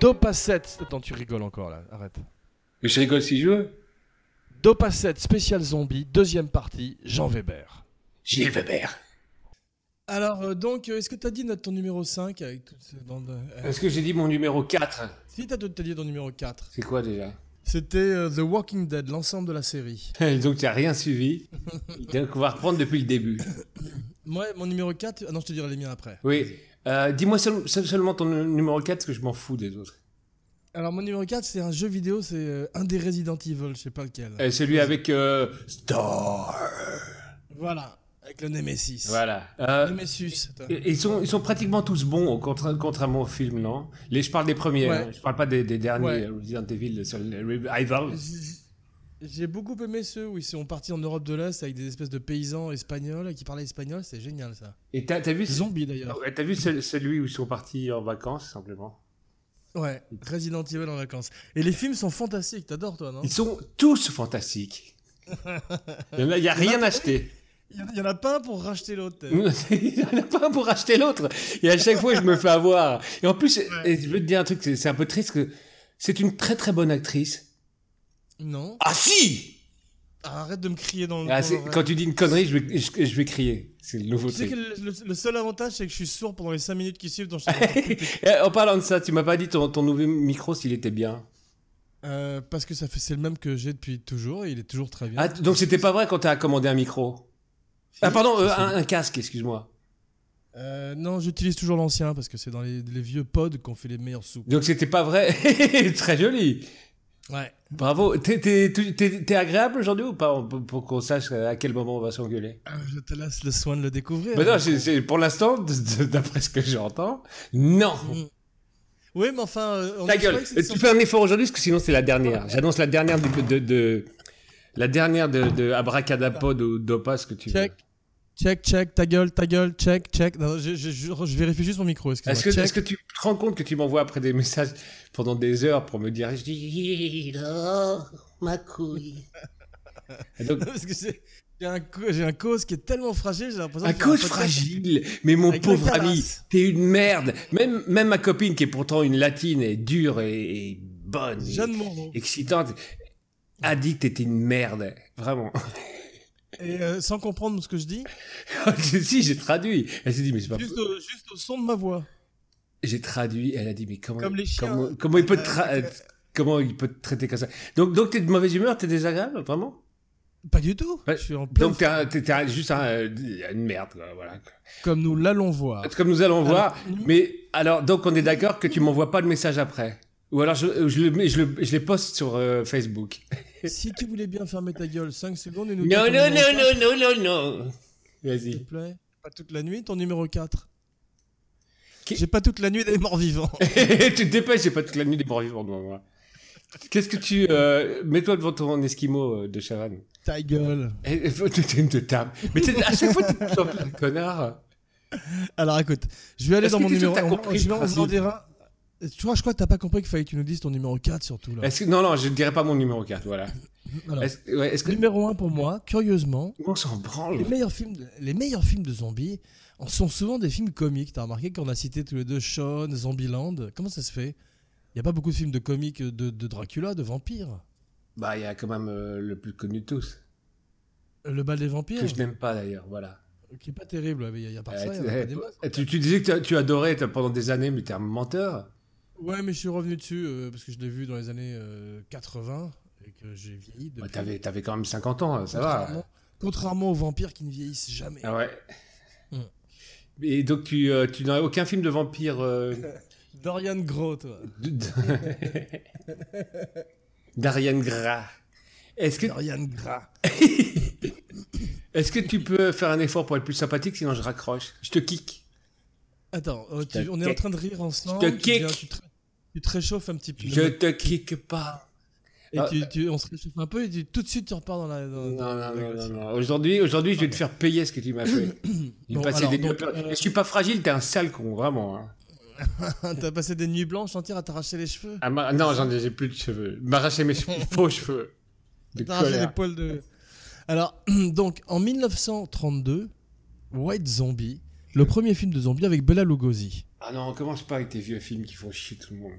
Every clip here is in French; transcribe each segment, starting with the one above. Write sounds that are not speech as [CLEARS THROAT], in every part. Dopacet. Attends, tu rigoles encore là, arrête. Mais je rigole si je veux. Dopacet spécial zombie, deuxième partie, Jean Weber. Gilles Weber. Alors, euh, donc, euh, est-ce que t'as dit notre- ton numéro 5 avec tout ce- dans le- euh, Est-ce que j'ai dit mon numéro 4 Si t'as t'as dit ton numéro 4, C'est quoi déjà [LAUGHS] c'était euh, The Walking Dead, l'ensemble de la série. Donc tu n'as rien suivi. Donc on va reprendre depuis le début. Moi, mon numéro 4, ah non, je te dirai les miens après. Oui. Euh, Dis-moi seul- seul- seulement ton nu- numéro 4 parce que je m'en fous des autres. Alors, mon numéro 4, c'est un jeu vidéo, c'est euh, un des Resident Evil, je sais pas lequel. Euh, celui avec euh, Star. Voilà, avec le Nemesis. Voilà. Euh, Nemesis. toi. ils sont, ils sont pratiquement tous bons, au contra- contrairement au film, non Les, Je parle des premiers, Ouais. hein, je parle pas des, des derniers Ouais. euh, Resident Evil sur le Revival. J- J'ai beaucoup aimé ceux où ils sont partis en Europe de l'Est avec des espèces de paysans espagnols qui parlaient espagnol, c'est génial ça. Et t'as as vu, ce- Zombies d'ailleurs. t'as vu ce- celui où ils sont partis en vacances, simplement Ouais, Resident Evil en vacances. Et les films sont fantastiques, t'adores toi, non Ils sont tous [LAUGHS] fantastiques. Il n'y a rien acheté. Il y, en a- il y en a pas un pour racheter l'autre. t'es. [LAUGHS] Il n'y en a pas un pour acheter l'autre. Et à chaque fois, je me fais avoir. Et en plus, et je veux te dire un truc, c'est c'est un peu triste que c'est une très très bonne actrice. Non Ah si Ah, Arrête de me crier dans le. Ah, dans c'est- l'oreille. Quand tu dis une connerie, je vais, je, je vais crier. C'est le nouveau Tu sais truc. que le, le- le seul avantage, c'est que je suis sourd pendant les 5 minutes qui suivent, donc je [LAUGHS] t'entends plus. Eh, en parlant de ça, tu m'as pas dit ton, ton nouveau micro s'il était bien. Euh, Parce que ça fait, c'est le même que j'ai depuis toujours et il est toujours très bien. Ah, t- donc c'était pas vrai quand t'as commandé un micro. Ah pardon, euh, un, un casque, excuse-moi. Euh, non, j'utilise toujours l'ancien parce que c'est dans les, les vieux pods qu'on fait les meilleures soupes. Donc c'était pas vrai. [LAUGHS] Très joli. Ouais. Bravo. T'es- T'es t'es- t'es- t'es agréable aujourd'hui ou pas pour, pour qu'on sache à quel moment on va s'engueuler. Ah, Je te laisse le soin de le découvrir. Bah non, c'est- c'est- pour l'instant, d- d- d'après ce que j'entends, non. Oui, mais enfin. euh, on Ta espère gueule. que c'est- Tu fais un effort aujourd'hui parce que sinon c'est la dernière. J'annonce la dernière de, de, de- la dernière de, de Abracadapod ou Dopa, ce que tu veux. Check. Check, check, ta gueule, ta gueule, check, check. Non, je, je, je- je vérifie juste mon micro, excuse-moi. Est-ce que, Check. [LAUGHS] est-ce que tu te rends compte que tu m'envoies après des messages pendant des heures pour me dire je dis oh, Giro, ma [LAUGHS] couille. Et donc, Parce que j'ai j'ai un, co- j'ai un cause qui est tellement fragile, j'ai l'impression un de faire coach podcast. fragile mais mon Avec pauvre la carasse. ami t'es une merde même même ma copine qui est pourtant une latine et dure et, et bonne et Jeanne Moreau. excitante a dit que t'étais une merde vraiment [LAUGHS] Et euh, sans comprendre ce que je dis, si j'ai traduit elle s'est dit mais c'est pas juste au, juste au son de ma voix. j'ai traduit elle a dit mais comment Comme les chiens. comment, comment il peut te tra- euh, comment il peut te traiter comme ça donc donc t'es de mauvaise humeur t'es désagréable vraiment Pas du tout. Ouais. Je suis en plein Donc t'es un- t'es- t'es un- juste un, euh, une merde, quoi, voilà. comme nous l'allons voir. Comme nous allons voir. Alors, Mais alors, donc on est d'accord que tu m'envoies pas de message après. Ou alors je, je, le mets- je, le- je les poste sur euh, Facebook. Si tu voulais bien fermer ta gueule 5 secondes et nous dire Non, ton non, numéro non, quatre, non, non, non, non. S'il Vas-y. te plaît. Pas toute la nuit, ton numéro 4. Qui- J'ai pas toute la nuit des morts [LAUGHS] vivants. [LAUGHS] tu te dépêches, j'ai pas toute la nuit des morts vivants devant moi. Qu'est-ce que tu... euh, Mets-toi devant ton esquimau euh, de Chavannes. ta gueule. Et- et faut- T'es une table. Mais t'es- à chaque fois, t'es de plus en plus un connard. Alors écoute, je vais aller Est-ce dans que mon tu numéro. t'as compris je le vais en principe en dire un. Tu vois, je crois que t'as pas compris qu'il fallait que tu nous dises ton numéro 4 surtout là. Est-ce que- Non, non, je ne dirai pas mon numéro 4, voilà. Voilà. Est-ce ouais, est-ce que... Numéro 1 pour moi, curieusement, On s'en branle. les meilleurs films de, les meilleurs films de zombies en sont souvent des films comiques. T'as remarqué qu'on a cité tous les deux Sean, Zombieland. Comment ça se fait Il y a pas beaucoup de films de comiques de, de Dracula, de vampires. Bah, il y a quand même euh, le plus connu de tous, Euh, Le bal des vampires, que je n'aime pas d'ailleurs, voilà. qui est pas terrible, mais il y, a- il y a pas Euh, ça, il y en a pas des masses. tu- tu, tu disais que tu, tu adorais t'as- pendant des années, mais t'es un menteur. Ouais, mais je suis revenu dessus euh, parce que je l'ai vu dans les années euh, 80 et que j'ai vieilli Bah, depuis. t'avais, t'avais quand même 50 ans, ça va. Contrairement- Contrairement aux vampires qui ne vieillissent jamais. Ah ouais. Hmm. Et donc, tu, euh, tu n'aurais aucun film de [LAUGHS] vampire. euh, Dorian Gros, toi. de- de- D'Ariane Gras. Est-ce que, Dorian Gras. est-ce que tu peux faire un effort pour être plus sympathique, sinon je raccroche Je te kick. Attends, euh, te tu- on est en kick. train de rire ensemble. Je te tu deviens- kick. Tu, te, tu te réchauffes un petit peu. Je te kick pas. Et tu, tu- on se réchauffe un peu et tu- tout de suite tu repars dans la. dans- Non, dans- non, dans non, non, la- non. Aujourd'hui, aujourd'hui, je vais te faire payer ce que tu m'as fait. [CLEARS THROAT] J'ai Bon, passé alors, des donc, nuits- euh, Je suis pas fragile, t'es un sale con, vraiment. hein. Ah, T'as passé des nuits blanches entières à t'arracher les cheveux. Ah, ma- Non, j'en ai j'ai plus de cheveux. M'arracher mes [LAUGHS] cheveux, faux cheveux. De T'arracher les colère. poils de. Alors, [CLEARS THROAT] donc, en 1932, White Zombie, le premier film de zombie avec Bella Lugosi. Ah non, on commence pas avec tes vieux films qui font chier tout le monde.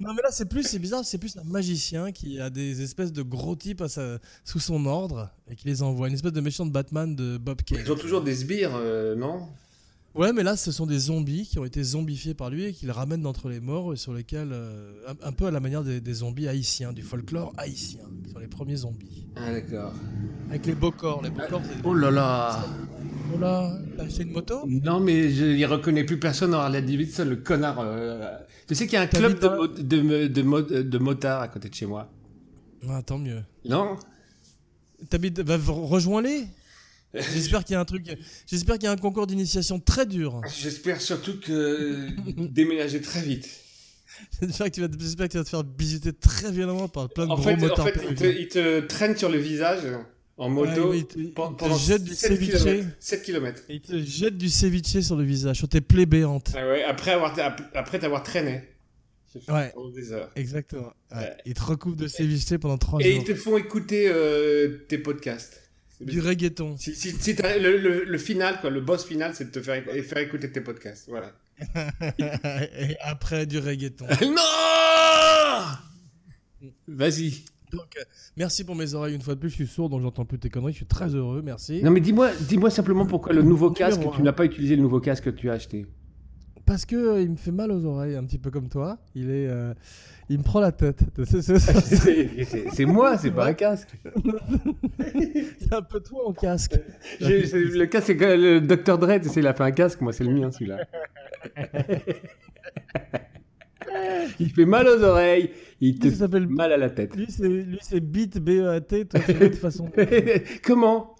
Non, mais là, c'est plus, c'est bizarre, c'est plus un magicien qui a des espèces de gros types à sa- sous son ordre et qui les envoie. Une espèce de méchant de Batman de Bob Kane. Ils ont toujours des sbires, euh, non Ouais, mais là, ce sont des zombies qui ont été zombifiés par lui et qu'il ramène d'entre les morts et sur lesquels, euh, un, un peu à la manière des, des zombies haïtiens, du folklore haïtien, qui sont les premiers zombies. Ah, d'accord. Avec les beaux corps, les beaux corps, c'est... Oh là là Oh là, t'as acheté une moto Non, mais je n'y reconnais plus personne en Harley Davidson, le connard. euh. Tu sais qu'il y a un T'as club dit de, pas- mo- de, mo- de mo- de motards à côté de chez moi. Ah, tant mieux. Non T'habites... Bah, re- rejoins-les J'espère qu'il y a un truc... J'espère qu'il y a un concours d'initiation très dur. J'espère surtout que [LAUGHS] déménager très vite. J'espère que, tu vas te... j'espère que tu vas te faire bisuter très violemment par plein de En gros fait, en motards fait, il, te, péruviens. il te traîne sur le visage en Ouais, moto oui, il te- il pen- te jette du 7 ceviche. kilomètres. 7 km. Et il te jette du ceviche sur le visage, sur tes plaies béantes. Ah ouais, après avoir ap- après t'avoir traîné. Ouais. Pendant des heures. Exactement. Ouais. Ouais. Il te recoupe de ceviche pendant trois Et jours. ils te font écouter euh, tes podcasts. Du [LAUGHS] reggaeton. Si, si, si t'as- le, le- le final, quoi, le boss final, c'est de te faire, éc- faire écouter tes [LAUGHS] podcasts. Voilà. Et après, du reggaeton. non Vas-y. Donc, euh, merci pour mes oreilles une fois de plus. Je suis sourd, donc j'entends plus tes conneries. Je suis très heureux, merci. Non mais dis-moi dis-moi simplement pourquoi le nouveau casque, Numéro tu un. n'as pas utilisé le nouveau casque que tu as acheté. Parce que euh, il me fait mal aux oreilles, un petit peu comme toi. Il est, euh, il me prend la tête. [LAUGHS] C'est [LAUGHS] C'est c'est- c'est moi, c'est pas un casque. un peu toi en casque. J'ai- c'est- le casque, c'est que le Dr Dre, tu sais, il a fait un casque, moi c'est le mien [LAUGHS] celui-là. il fait mal aux oreilles, il te Lui, ça fait s'appelle. mal à la tête. [LAUGHS] Lui, c'est lui, c'est beat B E A T. Toi, c'est l'autre façon. [LAUGHS] Comment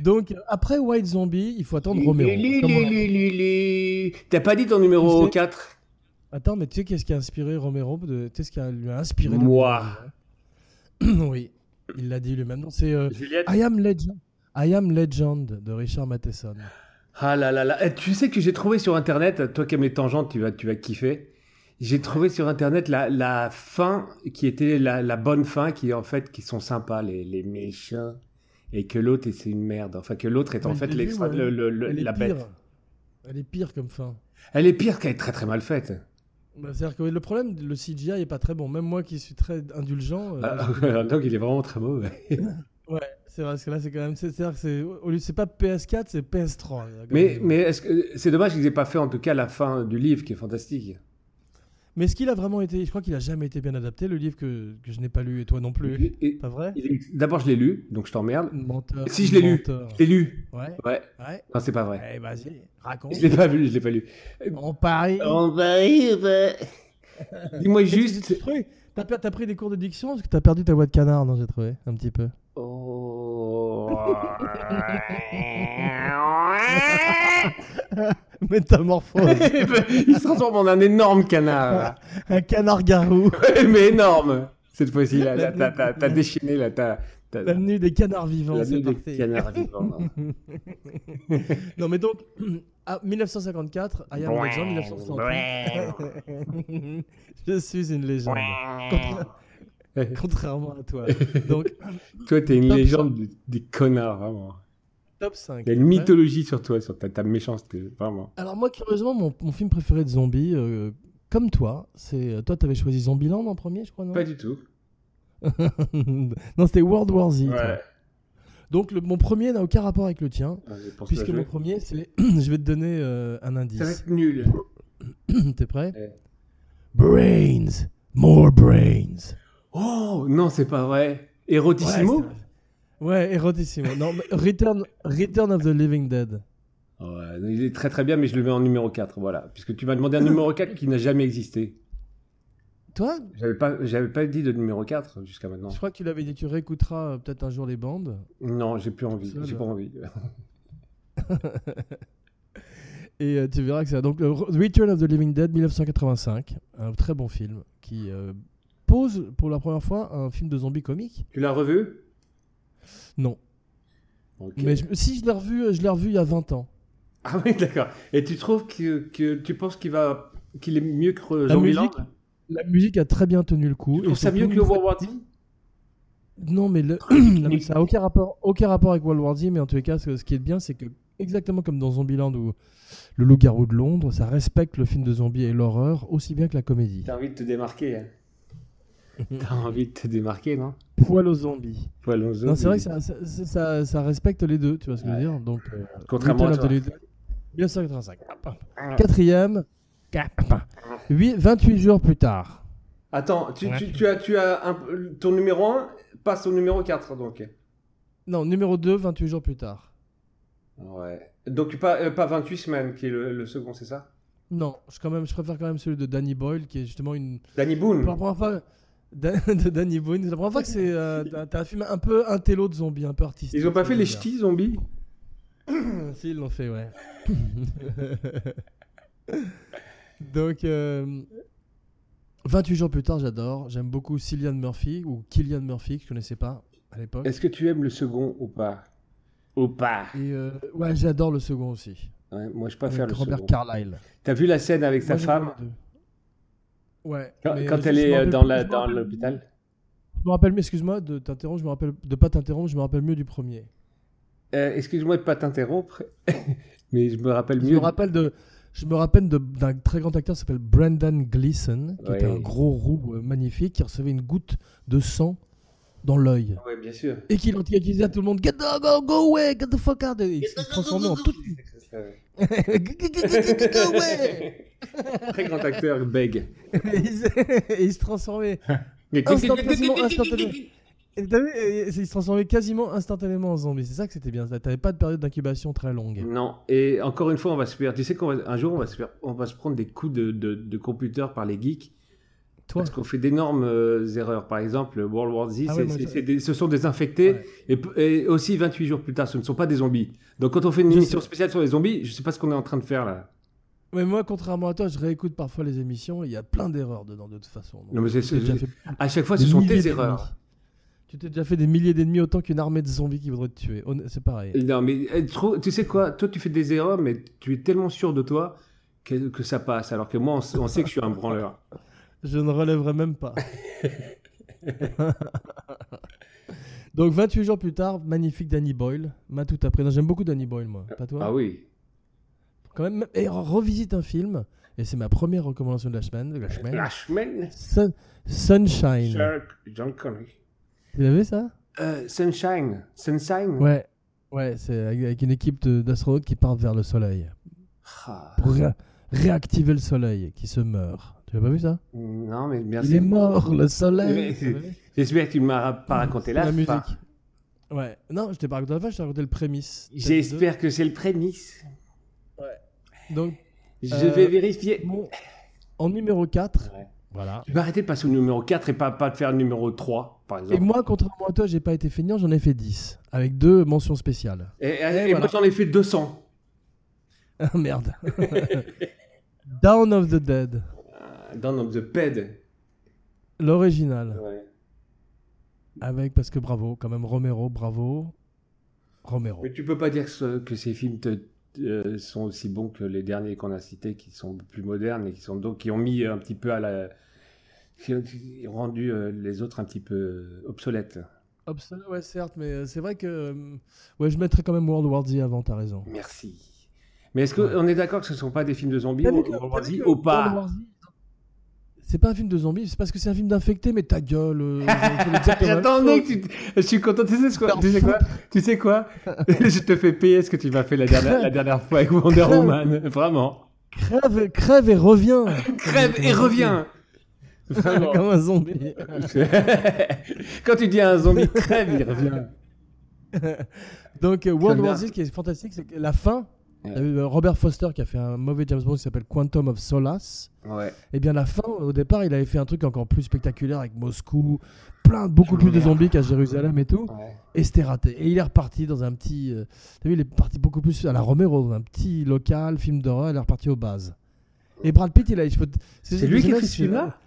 Donc après White Zombie, il faut attendre Romero. Lili, Comme on a- lili, lili. T'as pas dit ton numéro Tu sais- 4 Attends, mais tu sais qu'est-ce qui a inspiré Romero de... Tu sais ce qui a- lui a inspiré la- Moi. [CLEARS THROAT] oui, il l'a dit lui-même. Non, C'est euh, Juliette I Am Legend. I Am Legend de Richard Matheson. Ah là là là. Eh, tu sais que j'ai trouvé sur internet, toi qui aimes les tangentes, tu vas, tu vas kiffer. J'ai trouvé sur internet la, la fin qui était la, la bonne fin, qui est en fait, qui sont sympas, les, les méchants. Et que l'autre, c'est une merde. Enfin, que l'autre est en Ouais, fait j'ai vu, l'extra- ouais. le- le- le- Elle est la pire. bête. Elle est pire comme fin. Elle est pire qu'elle est très très mal faite. Bah, C'est-à-dire que le problème, le CGI est pas très bon. Même moi qui suis très indulgent, euh, Ah, [LAUGHS] Donc, il est vraiment très mauvais. c'est vrai parce que là c'est quand même. c'est- C'est-à-dire que c'est au lieu c'est pas PS4, c'est PS3. Mais, mais est-ce que c'est dommage qu'ils aient pas fait en tout cas la fin du livre qui est fantastique. Mais est-ce qu'il a vraiment été Je crois qu'il a jamais été bien adapté. Le livre que, que je n'ai pas lu et toi non plus. Et- Pas vrai et- D'abord, je l'ai lu, donc je t'emmerde. Menteur. Si, je l'ai lu. menteur. Je l'ai lu. Ouais. Ouais. Ouais. Non, c'est pas vrai. Eh, vas-y, raconte. Je l'ai pas lu, je l'ai pas lu. On parie. On va y va. Dis-moi juste. J'ai trouvé- T'as per- t'as pris des cours de diction parce que t'as perdu ta voix de canard, non J'ai trouvé un petit peu. [LAUGHS] Oh. Métamorphose. [LAUGHS] [LAUGHS] Il se transforme en un énorme canard. un canard garou. Ouais, Mais énorme. Cette fois-ci, là, là, t'as- t'as t'as déchaîné, là, t'as. t'as- La nuit des canards vivants. la C'est nuit des parti. canards [LAUGHS] vivants. Non mais donc, [CLEARS THROAT] ah, à 1954, I am Legend, 1968. [LAUGHS] Je suis une légende. Contra- Contrairement à [LAUGHS] toi. Donc, Toi, t'es une Top légende du- des connards, vraiment. top 5. T'as une mythologie sur toi, sur ta, ta méchanceté, vraiment. Alors moi, curieusement, mon, mon film préféré de zombie, euh, comme toi, c'est... euh, Toi, t'avais choisi Zombieland en premier, je crois, non Pas [LAUGHS] du tout. non, c'était World War Z. toi. Donc le, mon premier n'a aucun rapport avec le tien, puisque mon premier, c'est... [CLEARS THROAT] je vais te donner euh, un Ça va indice. être nul. [CLEARS THROAT] T'es prêt Ouais. Brains, more brains. Oh, non, c'est pas vrai. Érotissimo Ouais, c'est- Ouais, érotissimo. Non, mais Return, Return of the Living Dead. Ouais, il est très très bien, mais je le mets en numéro 4, voilà. Puisque tu m'as demandé un numéro 4 qui n'a jamais existé. Toi, J'avais pas, j'avais pas dit de numéro 4 jusqu'à maintenant. je crois que tu l'avais dit, tu réécouteras euh, peut-être un jour les bandes. Non, j'ai plus envie, Seul. j'ai pas envie. Et euh, tu verras que c'est donc le Re- Return of the Living Dead 1985, un très bon film qui euh, pose pour la première fois un film de zombie comique. Tu l'as revu Non, Ok. mais je- si je l'ai revu, euh, je l'ai revu il y a 20 ans. Ah oui, d'accord. Et tu trouves que, que tu penses qu'il va, qu'il est mieux que La Zombieland musique, La musique a très bien tenu le coup. Tu trouves et ça surtout, mieux que une fois- World War Z [COUGHS] Non, mais le- non, mais ça n'a aucun rapport, aucun rapport avec World War Z, mais en tous les cas, ce ce qui est bien, c'est que exactement comme dans Zombieland ou Le Loup-garou de Londres, ça respecte le film de zombie et l'horreur aussi bien que la comédie. T'as envie de te [LAUGHS] démarquer. hein. T'as envie de te démarquer, non Poil aux zombies. Poil aux Non, os, c'est vrai mais- que ça, ça- ça- ça- ça respecte les deux, tu vois ce que je veux dire Donc, euh, Contrairement à Return of toi. the Leader, 1985. Ah, Quatrième. Ah, Huit- 28 jours plus tard. Attends, tu, tu- tu as, tu as un- ton numéro 1 passe au numéro 4, donc. Non, numéro 2, 28 jours plus tard. Ouais. Donc pas, euh, pas 28 semaines qui est le, le second, c'est ça Non, je, quand même, je préfère quand même celui de Danny Boyle, qui est justement une. Danny Boone. Pour la première fois. [LAUGHS] Dan- De Danny Boone. C'est la première fois que c'est. euh, t'as- T'as un film un peu un télo de zombies, un peu artistique. Ils ont pas ça fait veut les dire. ch'tis zombies Si, ils l'ont fait, ouais. [LAUGHS] Donc, euh, 28 jours plus tard, j'adore. J'aime beaucoup Cillian Murphy ou Killian Murphy, que je connaissais pas à l'époque. Est-ce que tu aimes le second ou pas Ou pas Et euh, ouais, j'adore le second aussi. Ouais, Moi, je préfère Avec le Robert second. Carlyle. T'as vu la scène avec Moi, sa j'aime femme les deux. Ouais. quand, mais quand je- elle je me est euh, rappelle dans plus- la- je me dans rappelle- l'hôpital Je me rappelle, mais excuse-moi de t'interrompre, je me rappelle de pas t'interrompre, je me rappelle mieux du premier. Euh, Excuse-moi de pas t'interrompre, [LAUGHS] mais je me rappelle Je mieux. me rappelle de, je me rappelle de- d'un très grand acteur qui s'appelle Brendan Gleeson, qui était Ouais. un gros roux euh, magnifique, qui recevait une goutte de sang dans l'œil. Ouais, bien sûr. [LAUGHS] Et qui, qui disait à tout le monde Get the go, go away, get the fuck out. Et il se transformait en tout. [LAUGHS] go away [LAUGHS] Très grand acteur, Beg. Et il se- [LAUGHS] et il se transformait Mais instantanément, instantanément. Et t'as vu, et- et il se transformait quasiment instantanément en zombie. C'est ça que c'était bien. T'avais pas de période d'incubation très longue. Non, et encore une fois, on va se faire. Tu sais qu'un jour, on va se faire, on va se prendre des coups de, de, de computer par les geeks Toi, parce qu'on fait d'énormes euh, erreurs. Par exemple, World War Z, Ah c'est- ouais, moi, c'est- je- c'est des- ce sont des infectés Ouais. et, p- et aussi 28 jours plus tard, ce ne sont pas des zombies. Donc, quand on fait une Je émission sais. spéciale sur les zombies, je sais pas ce qu'on est en train de faire là. mais moi, contrairement à toi, je réécoute parfois les émissions. et Il y a plein d'erreurs dedans, de toute façon. Donc, Non, mais c'est- j'ai déjà fait À chaque fois, des ce sont milliers tes d'ennemis. erreurs. Tu t'es déjà fait des milliers d'ennemis autant qu'une armée de zombies qui voudrait te tuer. Honn- C'est pareil. Non, mais eh, trop- tu sais quoi Toi, tu fais des erreurs, mais tu es tellement sûr de toi que, que ça passe. Alors que moi, on, s- on sait que je suis un branleur. Je ne relèverai même [LAUGHS] pas. [LAUGHS] Donc 28 jours plus tard, magnifique Danny Boyle m'a tout appris. Non, J'aime beaucoup Danny Boyle, moi. Pas toi Ah oui. Quand même, et re- revisite un film, et c'est ma première recommandation de la semaine. De la semaine. Lashman, Sun- Sunshine. John Connery. Vous avez ça Euh, Sunshine. Sunshine Ouais. Ouais, c'est avec avec une équipe de- d'astronautes qui partent vers le soleil. Ah, Pour ré- réactiver le soleil qui se meurt. Tu l'as pas vu ça non, mais Il est merci. mort, le soleil Mais- Vous avez vu J'espère que tu ne m'as pas raconté la, la musique. fin. Ouais. Non, je t'ai pas raconté la fin, je t'ai raconté le prémisse. J'espère que c'est le prémisse. Donc, Je Euh, vais vérifier. bon, en numéro 4. Ouais. Voilà. Tu vas arrêter de passer au numéro 4 et pas, pas de faire le numéro 3, par Et exemple. moi, contrairement à toi, j'ai pas été feignant, j'en ai fait 10. Avec deux mentions spéciales. [LAUGHS] Et, et- et Eh, voilà. moi, j'en ai fait 200. Ah [LAUGHS] merde. Down of the Dead, Euh, Dawn of the Ped. l'original. Ouais. Avec, parce que bravo, quand même, Romero, bravo. Romero. Mais tu peux pas dire que, ce- que ces films te- euh, sont aussi bons que les derniers qu'on a cités, qui sont plus modernes et qui sont donc qui ont mis un petit peu à la, qui ont, qui ont rendu euh, les autres un petit peu obsolètes. Obsolète, ouais, certes, mais euh, c'est vrai que. euh, Ouais, je mettrais quand même World War Z avant, t'as raison. Merci. Mais est-ce qu'on est d'accord que ce ne sont pas des films de zombies T'as ou, vu que- ou- t'as vu ou- que ou World pas War Z, C'est pas un film de zombies, c'est parce que c'est un film d'infectés, mais ta gueule. euh, c'est [LAUGHS] exactement la même J'attendais chose. que tu... te- Je suis content. Tu sais ce quoi T'en Tu sais fous. quoi, tu sais quoi [LAUGHS] Je te fais payer ce que tu m'as fait la dernière, la dernière fois avec Wonder Crève. Woman. Vraiment. Crève, crève et [LAUGHS] reviens. Crève et reviens. Vraiment. Comme un zombie. [LAUGHS] Quand tu dis à un zombie crève, il revient. Donc euh, World J'aime War bien. Z, ce qui est fantastique, c'est que la fin. Ouais. t'as vu, euh, Robert Foster qui a fait un mauvais James Bond qui s'appelle Quantum of Solace. Ouais. Et Eh bien la fin, au départ, il avait fait un truc encore plus spectaculaire avec Moscou, plein beaucoup plus de zombies qu'à Jérusalem et tout. Et c'était raté. Et il est reparti dans un petit. euh, T'as vu, il est parti beaucoup plus à la Romero, dans un petit local, film d'horreur, il est reparti aux bases. Et Brad Pitt, il a les cheveux. C'est lui qui a là, fait ce c'est- film-là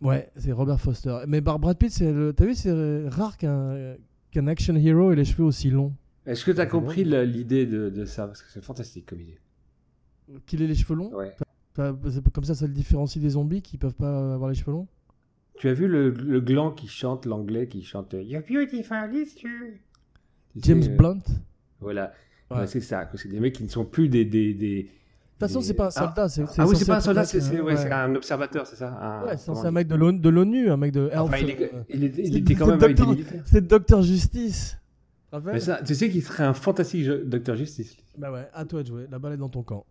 Ouais, c'est Robert Foster. Mais Bar- Brad Pitt, c'est le- t'as vu, c'est euh, rare qu'un euh, qu'un action hero ait les cheveux aussi longs. Est-ce que tu as Ah, C'est compris la- l'idée de, de ça Parce que c'est fantastique comme idée. Qu'il ait les cheveux longs Ouais. Enfin, c'est Comme ça, ça le différencie des zombies qui peuvent pas avoir les cheveux longs Tu as vu le, le gland qui chante, l'anglais qui chante euh, You're beautiful, it's true Tu sais, James euh, Blunt Voilà. Ouais, c'est ça. que C'est des mecs qui ne sont plus des. des, De des toute façon, des- c'est pas un soldat. Ah, c'est- Ah oui, censé c'est pas un être soldat, mec, c'est c'est- euh, ouais, c'est ouais. un observateur, c'est ça un- Ouais, c'est censé comment un on mec de l'ONU, de l'ONU, un mec de dit Health. Enfin, il, est- euh, il est- il c'est- était quand c'est même avec des docteur- militaires. C'est Docteur Justice. Tu te rappelles Mais ça, tu sais qu'il serait un fantastique jeu, Docteur Justice. Bah ouais, à toi de jouer. La balle est dans ton camp.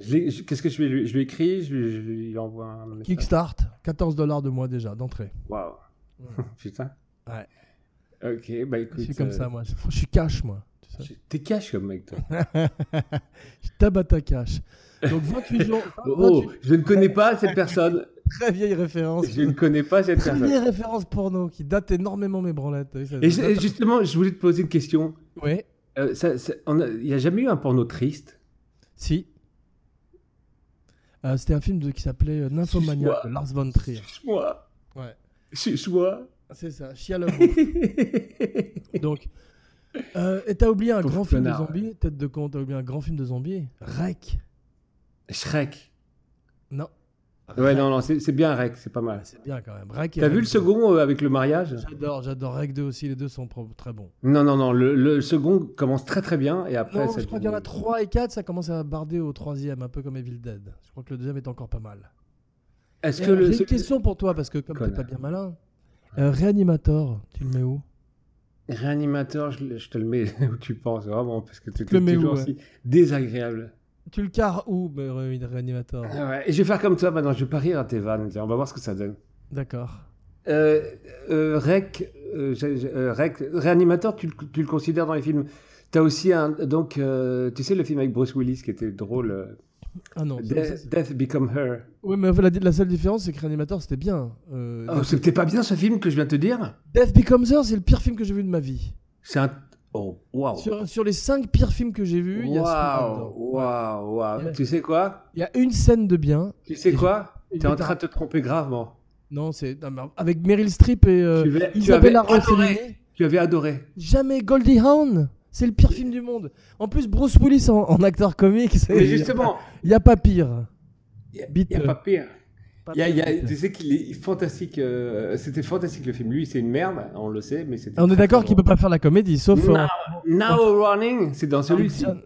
Je l'ai- je- Qu'est-ce que je lui, je lui écris Je lui, je lui envoie un message. Kickstart, 14 dollars de moi déjà, d'entrée. Waouh. Ouais. [LAUGHS] Putain. Ouais. Ok, bah écoute. Je suis comme euh, ça, moi. Je je suis cash, moi. Tu sais. tu- T'es cash comme mec, toi. Je Tabata cash. Donc [LAUGHS] 28 jours. 28 Oh, oh, je ne connais pas cette personne. très vieille référence. Je ne connais [LAUGHS] pas cette personne. Première référence porno qui date énormément mes branlettes. Oui, ça- Et, je- et justement, je voulais te poser une question. Ouais. Euh, ça- ça- on a- Il n'y a jamais eu un porno triste Si. Euh, C'était un film de- qui s'appelait euh, Nymphomaniac de Lars von Trier. Suce-moi. Ouais. [LAUGHS] Suce-moi. C'est ça, Shia LaBeouf. Donc, euh, et t'as oublié un Pauvre grand film de connard, zombies, tête de con, t'as oublié un grand film de zombies Rec. Shrek. Non, Ouais, non, non, c'est c'est bien Rec, c'est pas mal. c'est bien quand même. Rec. et T'as Rec vu le 2. second euh, avec le mariage J'adore, j'adore Rec 2 aussi, les deux sont pro- très bons. Non, non, non, le, le second commence très très bien et après. Non, ça je crois qu'il y en a 3 et 4, ça commence à barder au troisième, un peu comme Evil Dead. Je crois que le deuxième est encore pas mal. Est-ce Et que alors, le. J'ai une question pour toi, parce que comme t'es Connard. pas bien malin, euh, Reanimator, tu le mets où Réanimateur, je, le- je te le mets [LAUGHS] où tu penses, vraiment, parce que tu te le mets toujours où, ouais. aussi désagréable. Tu le carres où, mais Ré- Reanimator Ah ouais, Et je vais faire comme toi maintenant, je vais pas rire à tes vannes, tiens, on va voir ce que ça donne. D'accord. Euh, euh, rec, euh, j'ai- j'ai- euh, Rec- réanimateur, tu, le- tu le considères dans les films T'as aussi un. Donc, euh, tu sais, le film avec Bruce Willis qui était drôle, euh, Ah non. c'est- ça, Euh, Death, c'est- Death Become Her. Oui, mais la, la seule différence, c'est que Reanimator, c'était bien. Euh, Oh, C'était pas bien ce film que je viens de te dire Death Becomes Her, c'est le pire film que j'ai vu de ma vie. C'est un. Oh, waouh Sur, sur les 5 pires films que j'ai vus, il y a celui-là Waouh, dedans. waouh, waouh. Ouais. Tu sais quoi Il y a une scène de bien. Tu sais Et- quoi et T'es en je- train de te tromper gravement. Non, c'est non, mais avec Meryl Streep et euh, tu, avais, tu, avais Isabella adoré, Rossellini. tu avais adoré. Jamais Goldie Hawn. C'est le pire film du monde. En plus, Bruce Willis en, en acteur comique, c'est- Mais justement, il y a pas pire. euh, il Bite, n'y a, euh, pas pire. Pas Y a- pire. y a- tu sais qu'il est fantastique. euh, C'était fantastique le film. Lui, c'est une merde, on le sait, mais c'était. On est très, d'accord très qu'il peut drôle. pas faire la comédie, sauf. Non, euh, Now Running, c'est dans celui-ci. Harrison.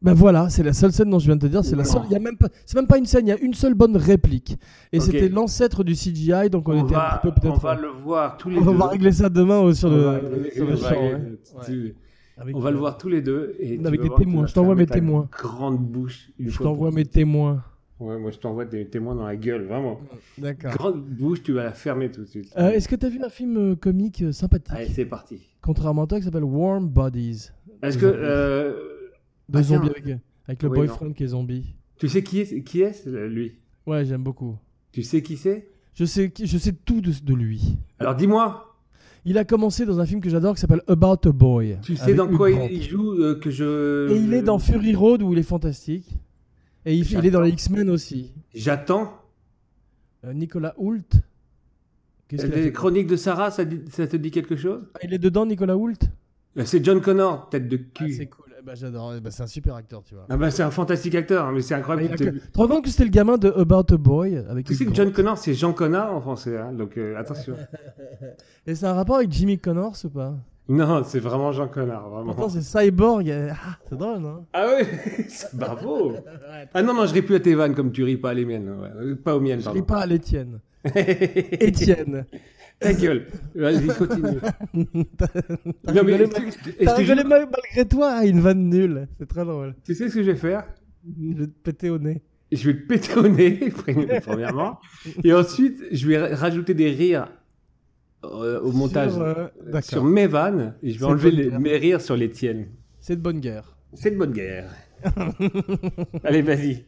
Ben voilà, c'est la seule scène dont je viens de te dire. C'est la Non. seule. Il y a même pas. C'est même pas une scène. Il y a une seule bonne réplique. Et Ok. c'était l'ancêtre du CGI, donc on, On était un va, petit peu on peut-être. euh, va le voir tous les on deux. va régler ça demain euh, sur On le, va régler- sur on le va champ, hein. régler- ouais. tu- Avec, On va le euh, voir tous les deux. Et tu Avec vas des voir, tu témoins, vas je t'envoie mes fermer ta témoins. Grande bouche. une Je fois t'envoie pour- mes témoins. Ouais, moi je t'envoie des témoins dans la gueule, vraiment. D'accord. Grande bouche, tu vas la fermer tout de suite. Euh, Est-ce que t'as vu un film euh, comique euh, sympathique, Allez, Ah, c'est parti. contrairement à toi, qui s'appelle Warm Bodies Est-ce que euh, de Ah, tiens. zombies avec, euh, avec le Oui, boyfriend qui est zombie. tu sais qui est qui est lui Ouais, j'aime beaucoup. Tu sais qui c'est Je sais, qui- je sais tout de, de lui. Alors dis-moi. Il a commencé dans un film que j'adore qui s'appelle About a Boy. Tu sais avec dans Hugh quoi il, Grant. il joue euh, que je. Et il est dans Fury Road où il est fantastique. Et il, il est dans les X-Men aussi. J'attends. Euh, Nicolas Hoult. Qu'est-ce qu'il a Les fait chroniques de Sarah, ça, dit- ça te dit quelque chose Ah, Il est dedans, Nicolas Hoult Euh, C'est John Connor, tête de Ah, C'est cul. cool. Eh ben, J'adore. Eh ben, c'est un super acteur, tu vois. Ah bah c'est un fantastique acteur, hein, mais c'est Ah, il incroyable. a Tu que- te- Tu te rends compte que c'était le gamin de About a Boy avec tu sais Hugh que Grant. John Connor, c'est Jean Connard en français, hein, donc euh, attention. [LAUGHS] Et c'est un rapport avec Jimmy Connors ou pas non, c'est vraiment Jean Connard, vraiment. Pourtant, c'est Cyborg. euh, ah, c'est drôle, non Ah oui, [LAUGHS] bravo. Ah non, non, je ris plus à tes vannes comme tu ris pas à les miennes. ouais. Euh, Pas aux miennes, Je lis pardon. pas à l'Étienne. [LAUGHS] Ta Étienne. gueule. Vas-y, continue. [LAUGHS] T'as Non, mais rigolé, mal- est-ce que- est-ce que t'as je- rigolé mal- malgré toi à une vanne nulle. C'est très drôle. Tu sais ce que je vais faire Je vais te péter au nez. Je vais te péter au nez, [LAUGHS] premièrement. et ensuite, je vais rajouter des rires euh, au montage Sur, sur, euh, D'accord. mes vannes et je C'est vais enlever de bonne les- guerre. mes rires sur les tiennes. C'est de bonne guerre. C'est de [LAUGHS] bonne guerre. Allez, vas-y.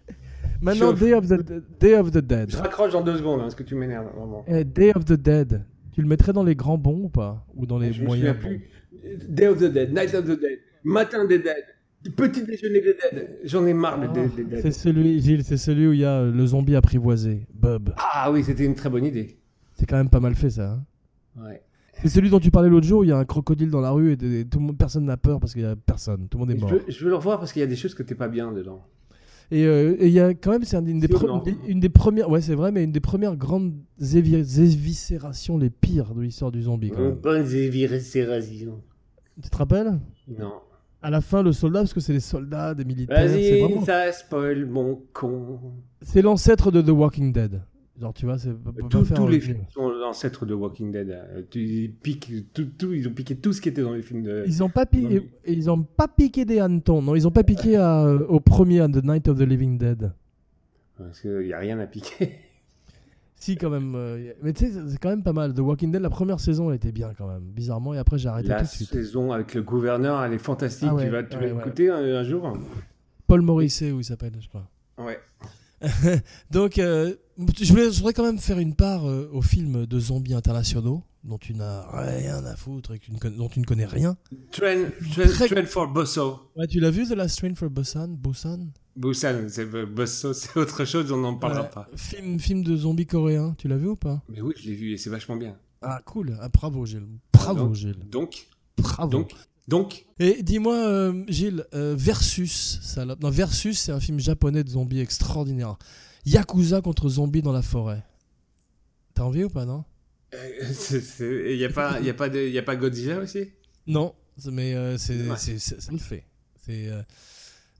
Maintenant, Chauffe. Day of the, Day of the Dead. Je raccroche dans deux secondes hein, parce que tu m'énerves. Vraiment. Eh, Day of the Dead. Tu le mettrais dans les grands bons ou pas Ou dans les Je me souviens moyens bons plus. Day of the Dead, Night of the Dead, Matin des Dead, Petit Déjeuner des Dead. J'en ai marre Ah, des, des C'est Dead. celui, Gilles, c'est celui où il y a euh, le zombie apprivoisé, Bob. Ah oui, c'était une très bonne idée. C'est quand même pas mal fait ça. hein. Ouais. C'est celui dont tu parlais l'autre jour où il y a un crocodile dans la rue et, et tout le monde, personne n'a peur parce qu'il y a personne, tout le monde est Je, mort. veux, je veux le revoir parce qu'il y a des choses que t'es pas bien dedans. Et euh, et il y a quand même, c'est un- une, des C'est pre- violent. une des- une des premières, ouais c'est vrai, mais une des premières grandes évi- éviscérations les pires de l'histoire du zombie. Quand même. Bonnes éviscérations. Tu te rappelles Non. à la fin, le soldat, parce que c'est les soldats, des militaires. C'est Vas-y, vraiment- ça spoil mon con. c'est l'ancêtre de The Walking Dead. Genre, tu vois, c'est. on va Tous- faire tous un les film. films sont l'ancêtre de Walking Dead. hein. Tu- Ils, piquent tout, tout- ils ont piqué tout ce qui était dans les films de. Ils n'ont pas, pi- ils ont pas piqué des hannetons. Non, ils n'ont pas piqué à- euh, au premier à The Night of the Living Dead. Parce qu'il n'y a rien à piquer. Si, quand même. euh, Mais tu sais, c'est quand même pas mal. The Walking Dead, la première saison, elle était bien quand même, bizarrement. Et après, j'ai arrêté La tout de suite. saison avec le gouverneur, elle est fantastique. Ah ouais, tu vas, tu vas ouais, ouais. l'écouter un, un jour Paul Morrissey, où il s'appelle, je crois. Ouais. Donc, euh, je, voulais- je voudrais quand même faire une part euh, aux films de zombies internationaux dont tu n'as rien à foutre et que tu ne con- dont tu ne connais rien. Train, Très- for Bosso. Ouais, tu l'as vu, The Last Train for Busan, Busan Busan, c'est euh, Bosso, c'est autre chose, on n'en parlera Ouais. pas. Film, film de zombies coréen, tu l'as vu ou pas Mais oui, je l'ai vu et c'est vachement bien. Ah, cool. Ah, bravo, Gilles. Bravo, Donc- Gilles. Donc, Bravo. donc, donc, Et dis-moi, euh, Gilles, euh, Versus, salope. Non, Versus, c'est un film japonais de zombies extraordinaire. Yakuza contre zombies dans la forêt. T'as envie ou pas, non euh, [LAUGHS] il n'y a, pas- y a, pas de- y a pas Godzilla aussi Non, mais euh, c'est, Ouais. c'est- c'est- ça le fait. C'est euh,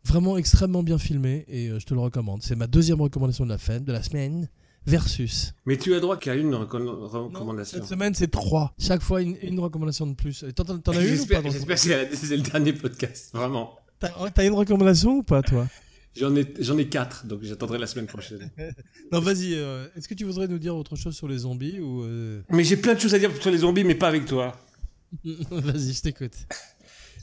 vraiment extrêmement bien filmé et euh, je te le recommande. C'est ma deuxième recommandation de la fin, de la semaine. Versus. Mais tu as droit qu'à une recon- recommandation. Cette semaine, c'est trois. Chaque fois, une, une recommandation de plus. Et T'en, t'en- t'en as une ou pas J'espère dans- j'espère que c'est la- c'est le dernier podcast, vraiment. t'as, t'as une recommandation ou pas, toi J'en ai, j'en ai quatre, donc j'attendrai la semaine prochaine. Non, vas-y. euh, est-ce que tu voudrais nous dire autre chose sur les zombies ou euh, [LAUGHS] Mais j'ai plein de choses à dire sur les zombies, mais pas avec toi. Vas-y, je t'écoute.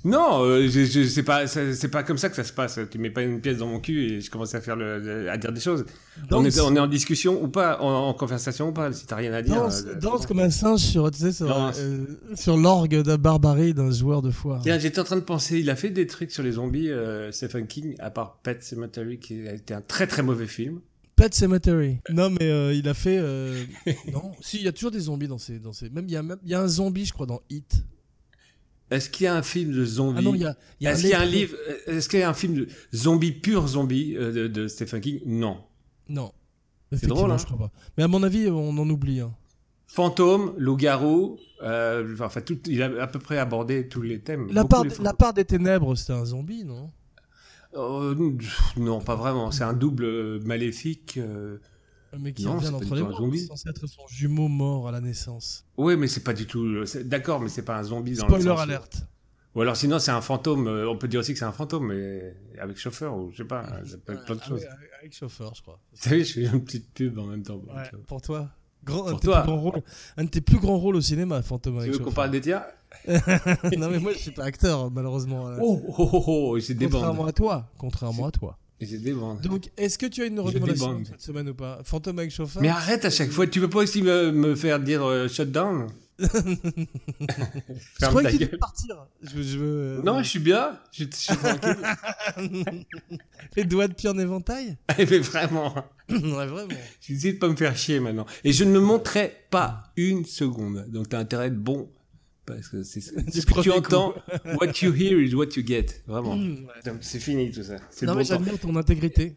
Non, euh, je, je- c'est pas ça- c'est pas comme ça que ça se passe. Tu mets pas une pièce dans mon cul et je commence à faire le, à dire des choses. on, Danse. est, on est en discussion ou pas, en, en conversation ou pas. Si t'as rien à dire, Danse, euh, danse comme un singe sur, tu sais, sur, Danse. euh, sur l'orgue d'un barbarie d'un joueur de foire. Tiens, j'étais en train de penser. Il a fait des trucs sur les zombies, euh, Stephen King, à part Pet Cemetery, qui a été un très très mauvais film. Pet Cemetery. Non, mais euh, il a fait. [LAUGHS] euh, non, si, il y a toujours des zombies dans ces. Dans ces... Même il y, a, même- il y a un zombie, je crois, dans Hit. Est-ce qu'il y a un film de zombies Ah non, il y a. il Est-ce qu'il y a un lépreux. livre euh, Est-ce qu'il y a un film de zombies pur zombie euh, de, de Stephen King Non. Non. Effectivement, drôle, hein. je crois pas. Mais à mon avis, on en oublie. hein. Fantôme, loup-garou, euh, enfin tout, il a à peu près abordé tous les thèmes. La Beaucoup part, les fantômes. la part des ténèbres, c'était un zombie, non Euh, pff, non, pas vraiment. C'est un double euh, maléfique. euh. Mais qui Non, revient c'est pas entre du les tout un morts. zombie. C'est censé être son jumeau mort à la naissance. Oui, mais c'est pas du tout. euh, c'est- D'accord, mais c'est pas un zombie dans le Spoiler sens- alerte. Ou alors sinon c'est un fantôme. euh, On peut dire aussi que c'est un fantôme, mais avec chauffeur ou je sais pas. Ça peut être plein de Ah choses. oui, avec- avec chauffeur, je crois. Vous savez, je fais une petite pub en même temps. Ouais, pour toi. Grand, un, de Pour tes toi. plus grands rôles- un de tes plus grands rôles au cinéma, Fantôme Tu avec veux qu'on chauffeur. parle des tiens [LAUGHS] non, mais moi, je suis pas acteur, malheureusement. euh, Oh, oh, oh, oh, j'ai des Contrairement bandes. à toi, contrairement à toi. J'ai des bandes. Donc, est-ce que tu as une débande. recommandation cette semaine ou pas Fantôme avec chauffeur Mais arrête à chaque fois. Tu veux pas aussi me, me faire dire [LAUGHS] euh, shutdown Je Ferme crois ta que tu gueule. devais partir. Je, je veux. euh, Non, je suis bien. Je, je suis [LAUGHS] tranquille. [LAUGHS] Les doigts de pied en éventail mais vraiment. [CLEARS THROAT] Ouais, vraiment. Je suis de pas me faire chier maintenant. Et je ne me montrerai pas une seconde. Donc t'as intérêt de bon. Parce que c'est c'est ce que premier tu coup. entends. What you hear is what you get. [CLEARS THROAT] Vraiment. Mmh, ouais. Donc c'est fini tout ça. C'est Non, le bon mais temps. j'admire ton intégrité.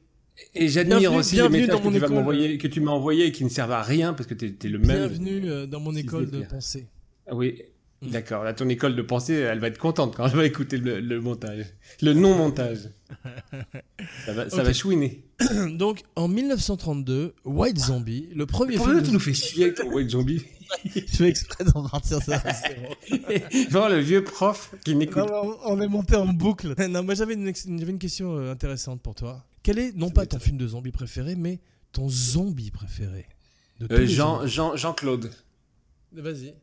Et j'admire Bienvenue- aussi les bienvenue messages dans que mon tu, vas école. m'envoyer- que tu m'as envoyés et qui ne servent à rien parce que t'es es le même. Bienvenue euh, dans mon Si, école c'est de clair. pensée. Ah Oui. Mm. D'accord, là ton école de pensée, elle va être contente quand elle va écouter le, le montage, le non-montage. ça va, ça Ok. va chouiner. Donc, en 1932, White Zombie, le premier Pourquoi film. tu nous fais chier avec ton White Zombie [LAUGHS] Je fais exprès d'en partir [LAUGHS] ça. c'est bon. Genre le vieux prof qui Non, n'écoute mais on on est monté en boucle. [LAUGHS] Non, moi j'avais une, ex- j'avais une question euh, intéressante pour toi. Quel est, non pas ton film de zombie préféré, mais ton zombie préféré de tous Euh, les Jean, zombies. Jean, Jean-Claude, Vas-y.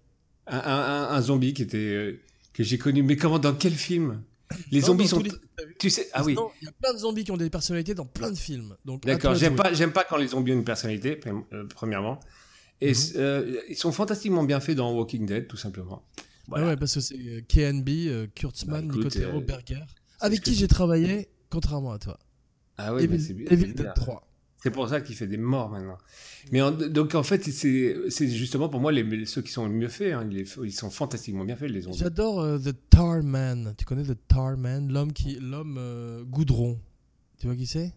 un, un- un- un zombie qui était, euh, que j'ai connu. Mais comment, dans quel film Les Non, zombies dans sont. tous les- Tu sais, ah oui. Non, Il y a plein de zombies qui ont des personnalités dans plein de films. Donc, à D'accord, toi de j'aime jouer. pas, j'aime pas quand les zombies ont une personnalité, prém- euh, premièrement. Mhm. Et euh, ils sont fantastiquement bien faits dans Walking Dead, tout simplement. Ah ouais, parce que c'est euh, KNB, euh, Kurtzman, Bah, écoute, Nicotero, euh, Berger, c'est ce avec que qui je- j'ai travaillé, contrairement à toi. Ah ouais, mais c'est Evil, bien. Evil c'est Dead bien. 3. C'est pour ça qu'il fait des morts maintenant. Mais en- donc en fait, c'est c'est justement pour moi les, ceux qui sont le mieux faits. hein. Les- ils sont fantastiquement bien faits, les zombies. J'adore euh, The Tar Man. Tu connais The Tar Man L'homme qui. L'homme euh, goudron. Tu vois qui c'est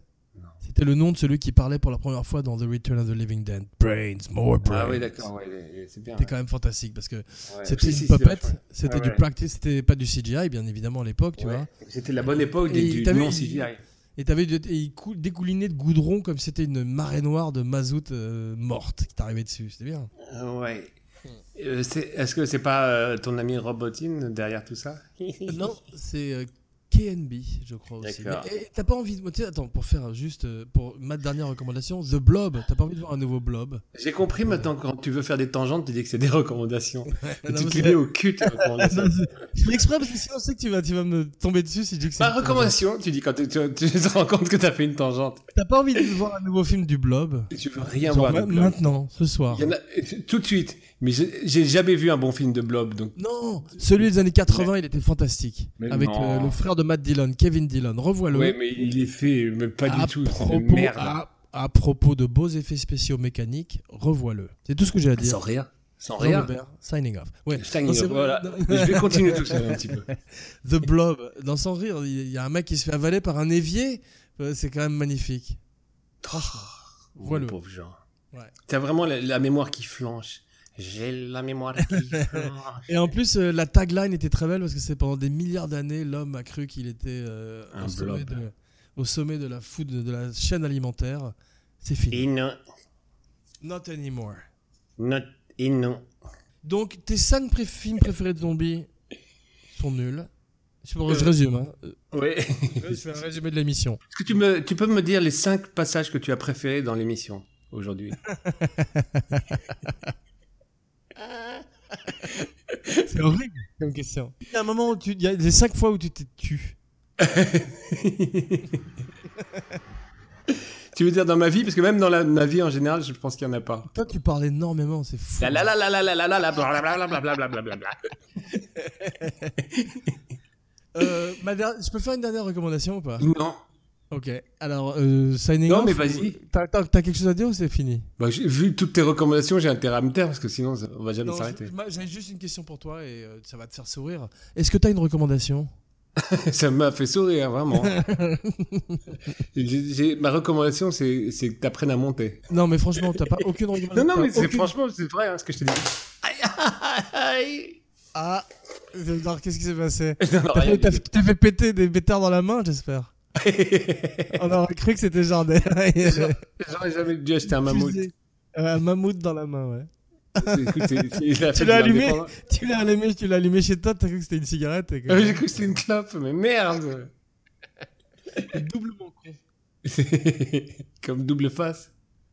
C'était le nom de celui qui parlait pour la première fois dans The Return of the Living Dead. Brains, more brains. Ah oui, d'accord, ouais, les- les- c'est bien. C'était quand ouais. même fantastique parce que Ouais. c'était Si, si, une c'est puppet, vachement- c'était Ouais, du ouais. practice, c'était pas du CGI bien évidemment à l'époque, tu Ouais. vois. C'était la bonne époque Et des, t'as du vu, non il- CGI. Et t'avais de- et il cou- dégouliné de goudron comme si c'était une marée noire de mazout euh, morte qui t'arrivait dessus, c'était bien. Ah Ouais. Euh, c'est- Est-ce que c'est pas euh, ton ami Robotine derrière [LAUGHS] tout ça Non, c'est euh, KNB, je crois aussi. D'accord. Mais- et T'as pas envie de. tu sais, attends, pour faire juste. euh, Pour ma dernière recommandation, The Blob. T'as pas envie de voir un nouveau [LAUGHS] Blob J'ai compris maintenant quand tu veux faire des tangentes, tu dis que c'est des recommandations. [LAUGHS] Et Non, mais tu te c'est- les mets au cul tes [LAUGHS] recommandations. Non, c'est- Je fais exprès parce que sinon, je sais que tu vas, tu vas me tomber dessus si je dis que c'est. Ma une tangente. recommandation, tu dis quand tu, tu- tu te rends compte que t'as fait une tangente. T'as pas envie de voir un nouveau film du Blob Et tu veux rien Genre, voir. ma- de Blob. Maintenant, ce soir. Il y en a- tout de suite. Mais j'ai j'ai jamais vu un bon film de Blob, donc Non, celui des années 80, il était fantastique. Mais Avec euh, non. le, le frère de Matt Dillon, Kevin Dillon. Revois-le. Ouais, mais il est fait, mais pas à du tout. c'est propos- une merde. À, à propos de beaux effets spéciaux mécaniques, revois-le. C'est tout ce que j'ai à dire. Sans rien. Sans Jean Ah, rien. Weber, signing off. Ouais. Stein, Non, c'est vrai, voilà. non. Mais je vais continuer tout seul un petit peu. The Blob, dans Sans Rire, il y a un mec qui se fait avaler par un évier. Euh, C'est quand même magnifique. Voilà. Mon pauvre Jean. Ouais. T'as vraiment la, la mémoire qui flanche. J'ai la [LAUGHS] mémoire qui flanche. Et en plus, euh, la tagline était très belle parce que c'est pendant des milliards d'années, l'homme a cru qu'il était euh, Un au, sommet blob. de, au sommet de la food, de la chaîne alimentaire. C'est fini. Et non, Not anymore. non, et non. Donc, tes cinq pré- films préférés de zombies sont nuls. Je, je résume. hein. Euh, Ouais. Je fais un résumé de l'émission. Est-ce que tu, me, tu peux me dire les cinq passages que tu as préférés dans l'émission aujourd'hui C'est horrible comme question. Il y a un moment où tu. Il y a des cinq fois où tu t'es tu. Tu veux dire dans ma vie Parce que même dans la, ma vie en général, je pense qu'il n'y en a pas. Toi, tu parles énormément, c'est fou. La la la la la la la la la blablabla blablabla blablabla. Euh, ma der- Je peux faire une dernière recommandation ou pas Non. Ok. Alors, euh, signing Non, mais off, vas-y. ou- T'as t'as- t'as quelque chose à dire ou c'est fini Bah, j'ai- vu toutes tes recommandations, j'ai intérêt à me taire parce que sinon ça- on va jamais Non, s'arrêter. je- moi, J'ai juste une question pour toi et euh, ça va te faire sourire. Est-ce que t'as une recommandation [LAUGHS] Ça m'a fait sourire, [LAUGHS] vraiment. J'ai- j'ai- ma recommandation, c'est c'est que t'apprennes à monter. Non, mais franchement, t'as pas aucune Non, recommandation. non, t'as mais c'est aucune- franchement, c'est vrai hein, ce que je te dis. Ah, alors, qu'est-ce qui s'est passé Non, non, T'as fait, rien du t'as- tout. t'as fait péter des bêtards dans la main, [LAUGHS] j'espère. On aurait cru que c'était genre des- [LAUGHS] J'aurais jamais dû acheter un mammouth. fusée. Euh, un mammouth dans la main, ouais. C'est- écoute, c'est- c'est la fête de l'as allumé l'indépendance. Tu l'as allumé, tu l'as allumé chez toi, t'as cru que c'était une cigarette et que Euh, hein. J'ai cru que c'était une clope, mais merde t'es doublement con. [LAUGHS] Comme double face.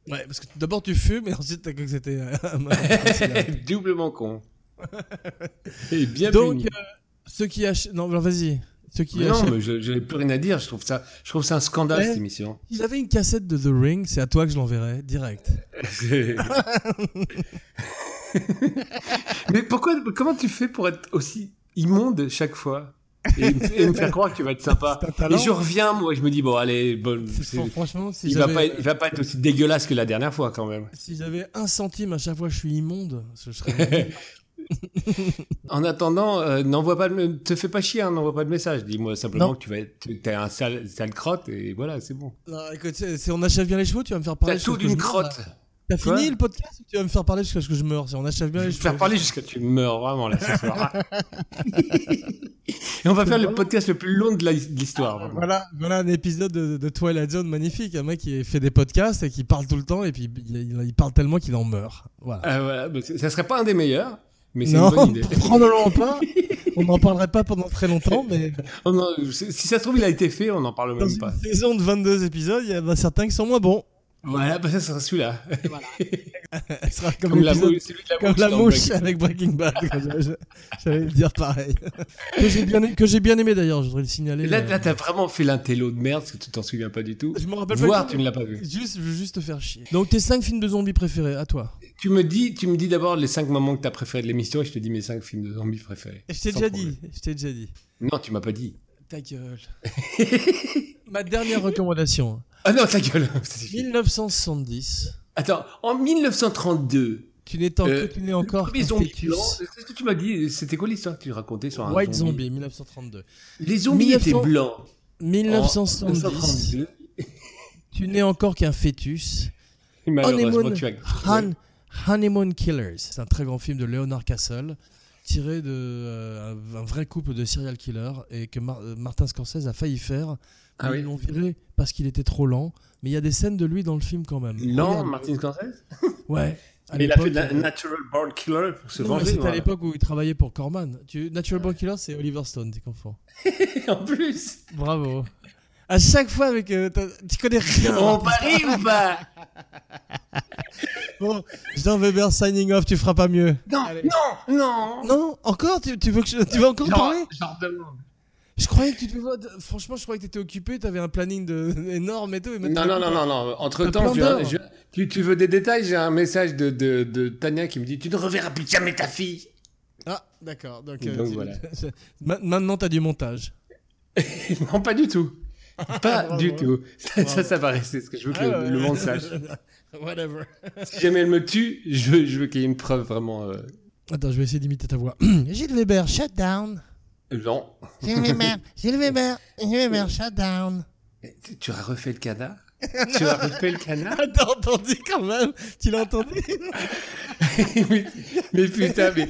Ouais, parce que d'abord tu fumes et ensuite t'as cru que c'était euh, [LAUGHS] un [LAUGHS] mammouth. [LAUGHS] Doublement con. Et bien Donc, puni. euh, ceux qui achètent... Non, alors vas-y. Ceux qui Mais non, achètent- mais je je n'ai plus rien à dire. Je trouve ça, je trouve ça un scandale Ouais. cette émission. Si j'avais une cassette de The Ring, c'est à toi que je l'enverrais, Euh, direct. mais pourquoi, comment tu fais pour être aussi immonde chaque fois et, me- et me faire croire que tu vas être sympa C'est un talent. Et je reviens, moi, je me dis bon, allez, bon, c'est- Fran- Franchement, si il va j'avais... euh, pas, il va pas être aussi dégueulasse que la dernière fois quand même. Si j'avais un centime à chaque fois, je suis immonde. Ce [LAUGHS] serait... En attendant, euh, n'envoie pas, de- te fais pas chier, hein, n'envoie pas de message. Dis-moi simplement Non. que tu vas, être- t'es un sale, sale crotte et voilà, c'est bon. Non, écoute, c'est- c'est- on achève bien les chevaux, tu vas me faire parler. T'as jusqu'à tout ce que d'une je meure, là. crotte. T'as Quoi fini le podcast ou tu vas me faire parler jusqu'à ce que je meure Si on achève bien Je les vais te chevaux. faire parler jusqu'à tu meurs vraiment là [LAUGHS] ce soir. Et on va faire le podcast le plus long de la- de l'histoire. vraiment. Voilà, voilà un épisode de, de Twilight Zone magnifique. Un mec qui fait des podcasts et qui parle tout le temps et puis il, il- il parle tellement qu'il en meurt. Voilà. Euh, voilà, mais c'est- ça serait pas un des meilleurs, mais c'est une non, bonne idée. [LAUGHS] [LAUGHS] probablement pas. On n'en parlerait pas pendant très longtemps, mais Oh non, c'est- si ça se trouve, il a été fait, on n'en parle dans même une pas. saison de 22 épisodes, il y en a certains qui sont moins bons. [LAUGHS] Voilà, bah, ça sera celui-là. Ce sera comme, Comme la l'épisode- mouche, celui de la comme mouche. la dans mouche Black- avec Breaking Bad. Je- je- J'allais le dire pareil. [LAUGHS] Que j'ai bien, que j'ai bien aimé d'ailleurs, je voudrais le signaler. Là, euh, là t'as vraiment fait l'intello de merde, parce que tu t'en souviens pas du tout. je me rappelle pas. Voir, le tu nom. ne l'as pas vu. Juste, je veux juste te faire chier. Donc tes 5 films de zombies préférés, à toi. Tu me dis, tu me dis d'abord les 5 moments que t'as préférés de l'émission et je te dis mes 5 films de zombies préférés. Je t'ai Sans déjà problème. dit, je t'ai déjà dit. Non, tu m'as pas dit. Ta [LAUGHS] gueule. Ma dernière [LAUGHS] recommandation. Ah non, ta gueule. Ça suffit. 1970. Attends, en 1932, Tu n'es tant Euh, que tu n'es le encore premier un zombie fœtus. blanc, qu'est-ce que tu m'as dit C'était quoi l'histoire que tu racontais sur un White zombie, Zombie, 1932. Les zombies 1900 étaient blancs. En 1970. 1932, Tu n'es encore qu'un fœtus. Malheureusement, Honeymoon, tu as. Oh, Han- Honeymoon Killers. C'est un très grand film de Leonard Castle, tiré de euh, un- un vrai couple de serial killers et que Mar- euh, Martin Scorsese a failli faire. Ah mais oui. Ils l'ont viré parce qu'il était trop lent. Mais il y a des scènes de lui dans le film quand même. Non, Regarde. Martin Scorsese Ouais. à Mais Il a fait de l'époque, la Natural Born Killer pour se hein. Non, mais venger. C'était à voilà. l'époque où il travaillait pour Corman. Tu... Natural Born Killer, c'est Oliver Stone, t'es confort. en [LAUGHS] plus Bravo. À chaque fois, avec, euh, t'as- tu connais rien. On parie ou pas [LAUGHS] Bon, Jean Weber signing off, tu feras pas mieux. Non, non, non Non, encore tu, tu veux que je- tu vas encore parler Genre demande. Je croyais que tu devais. Franchement, je croyais que t'étais occupé, t'avais un planning de... [LAUGHS] énorme et tout. et maintenant- Non, non, non, non, non. Entre plein temps, j'ai un- d'heures. j'ai- tu, tu veux des détails J'ai un message de, de, de Tania qui me dit Tu ne reverras plus jamais ta fille Ah, d'accord. Donc, Donc, tu- [LAUGHS] voilà. Ma- Maintenant, t'as du montage. Non, pas [LAUGHS] du tout. Pas Bravo. du tout. Ça, Bravo. ça, ça va rester ce que je veux que le, Ah, ouais. le monde sache. [LAUGHS] Whatever. si jamais elle me tue, je, je veux qu'il y ait une preuve vraiment. euh, Attends, je vais essayer d'imiter ta voix. [CLEARS THROAT] Gilles Weber, shut down. Non. Gilles Weber, Gilles Weber, Gilles Weber, shut down. Tu- Tu as refait le canard [LAUGHS] Tu as refait le canard [LAUGHS] Ah, [LAUGHS] t'as entendu quand même Tu l'as entendu mais, mais putain, mais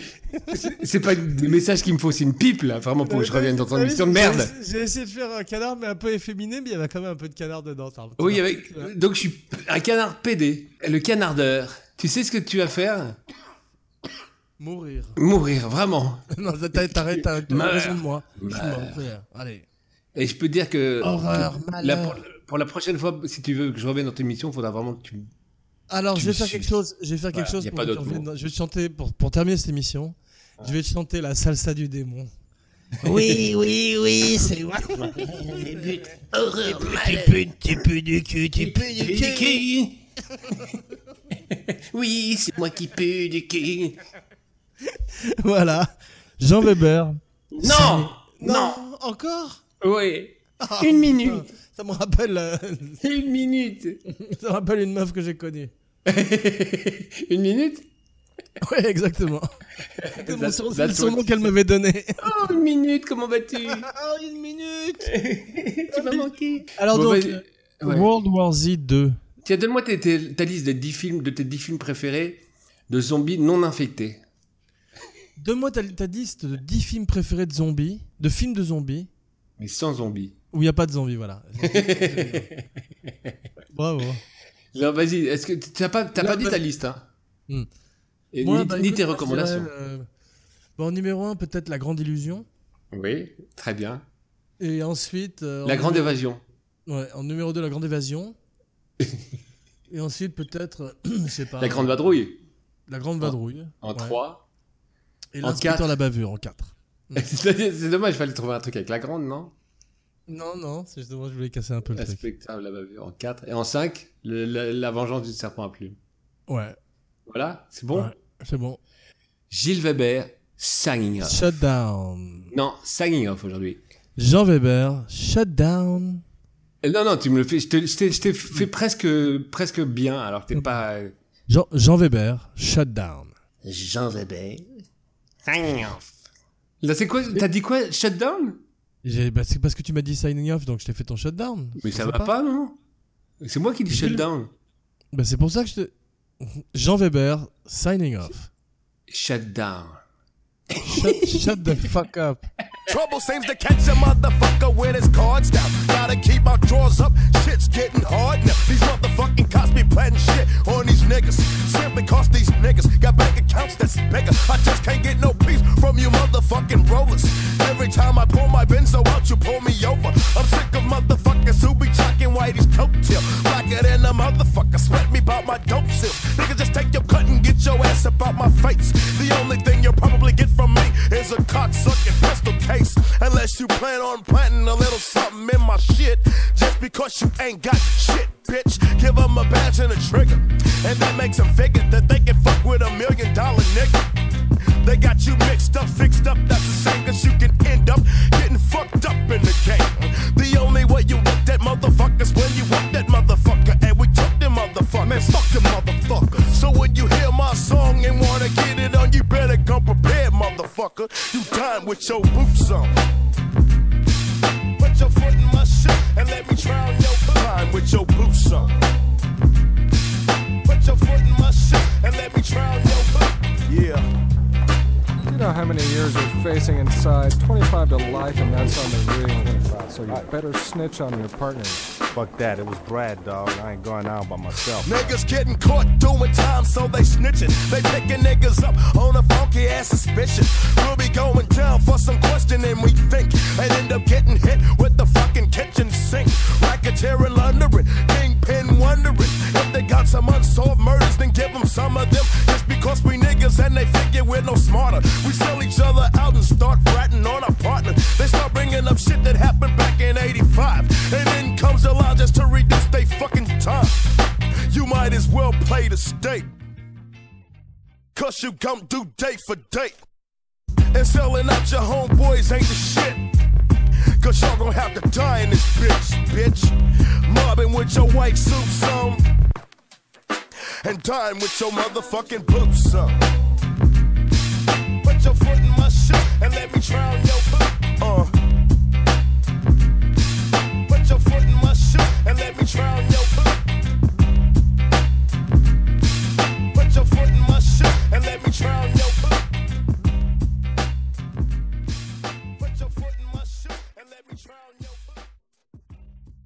c'est- c'est pas des messages qu'il me faut, c'est une pipe là, vraiment pour que je revienne dans ton Ah oui, émission de j'ai- merde. J'ai essayé de faire un canard, mais un peu efféminé, mais il y avait quand même un peu de canard dedans. t'as- tu Oui, vois. avec, donc je suis un canard PD, le canardeur. Tu sais ce que tu vas faire Mourir. Mourir, vraiment. [LAUGHS] non, t'as- t'arrêtes, t'as t'as Meurs. raison de moi. Je suis Meurs. mort, frère. Allez. Et je peux dire que. Horreur, que- la- malheur. pour, pour la prochaine fois, si tu veux que je revienne dans ton émission, il faudra vraiment que tu. Alors, Tu je vais me faire suis- quelque chose. Je vais faire Voilà, quelque chose y a pour pas que d'autre tu reviennes mot. dans- Je vais te chanter pour, pour terminer cette émission. Je vais te chanter la salsa du démon. Oui, oui, oui, c'est [LAUGHS] moi. Les buts, horreur, Tu malheur. pues, tu pues du cul, tu pues du cul. [LAUGHS] oui, c'est moi qui pue du cul. [LAUGHS] Voilà. Jean Weber. Non Non Encore Oui Ah, Une putain, minute Ça me rappelle, euh, [LAUGHS] Une minute [LAUGHS] ça me rappelle une meuf que j'ai connue. Une minute [LAUGHS] Ouais, [LAUGHS] exactement. C'était mon That's- sur- that's le surnom what- qu'elle m'avait [LAUGHS] donné. Oh, une minute, comment [LAUGHS] vas-tu Ah, une minute Tu m'as manqué. Alors Bon, donc, vas-y. euh, Ouais. World War Z 2. Tiens, donne-moi tes- tes- ta liste de 10 films, de tes 10 films préférés de zombies non infectés. Donne-moi ta, ta liste de 10 films préférés de zombies, de films de zombies, Mais sans zombies. où il n'y a pas de zombies, [LAUGHS] voilà. Bravo. Non, vas-y, est-ce que tu n'as pas, t'as Là, pas dit bah- ta liste, hein Hmm. Et Moi, ni, bah, ni écoute, tes moi, je recommandations. dirais, euh, bon, en numéro 1, peut-être La Grande Illusion. euh, Oui, très bien. Et ensuite... euh, en La Grande numéro- Évasion. Ouais, en numéro 2, La Grande [LAUGHS] Évasion. Et ensuite, peut-être, euh, [CLEARS THROAT] je sais pas... La Grande Vadrouille. La Grande Vadrouille. En Ouais. 3. Et en l'inspecteur quatre. La Bavure, en 4. [LAUGHS] C'est dommage, il fallait trouver un truc avec la Grande, non Non, non, c'est justement, je voulais casser un peu le truc. Respectable la bavure. En 4. Et en 5, la, la vengeance du serpent à plumes. Ouais, Voilà, c'est bon Ouais. c'est bon. Gilles Weber, signing off. Shut down. Non, signing off aujourd'hui. Jean Weber, shut down. Euh, Non, non, tu me le fais. Je te- je t'ai je t'ai fait presque, presque bien, alors que t'es pas. euh, Jean, Jean Weber, shut down. Jean Weber. Sign off. Là, c'est quoi T'as dit quoi Shutdown J'ai- bah, c'est parce que tu m'as dit signing off, donc je t'ai fait ton shutdown. C'est Mais ça sympa. va pas, non C'est moi qui dis Gilles- shutdown. Bah, c'est pour ça que je te. Jean Weber, signing [LAUGHS] off. Shutdown. Shut, shut the fuck up. Trouble seems to catch a motherfucker when his cards down. Gotta keep my drawers up, shit's getting hard now. These motherfucking cops be planting shit on these niggas. Simply cause these niggas got bank accounts that's bigger. I just can't get no peace from you motherfucking rollers. Every time I pull my benzo out, you pull me over. I'm sick of motherfuckers who be chalking Whitey's coat till. Blacker than a motherfucker, sweat me bout my dope sip. Nigga, just take your cut and get your ass up out my face. The only thing you'll probably get from me is a cocksucking pistol case. Unless you plan on planting a little something in my shit. Just because you ain't got shit, bitch. Give them a badge and a trigger. And that makes them figure that they can fuck with a million dollar nigga. They got you mixed up, fixed up, that's the same. Cause you can end up getting fucked up in the game. The only way you want that motherfucker's when you want that motherfucker. And we took them motherfuckers. Man, fuck them motherfucker. So when you hear my song and wanna get it on, you better come prepared, motherfucker. You time with your boots on. Put your foot in my shit and let me drown your time with with your boots on. Put your foot in my shit and let me try on your hook. Yeah, You know how many years you're facing inside? 25 to life, and that's on the real. 25, So you better snitch on your partner. Fuck that. It was Brad, dog. I ain't going out by myself. niggas getting caught doing time, so they snitching. They picking niggas up on a funky ass suspicion. We'll be going down for some questioning. We think and end up getting hit with the fucking kitchen sink. Racketeering, laundering, kingpin wondering if they got some unsolved murders. Then give them some of them just because we niggas and they figure we're no smarter. We sell each other out and start ratting on our partner. They start bringing up shit that happened back in 85. And then comes the law just to reduce they fucking time. You might as well play the state. Cause you come do day for day. And selling out your homeboys ain't the shit. Cause y'all gonna have to die in this bitch, bitch. Mobbing with your white suits on. And dying with your motherfucking boots on. uh.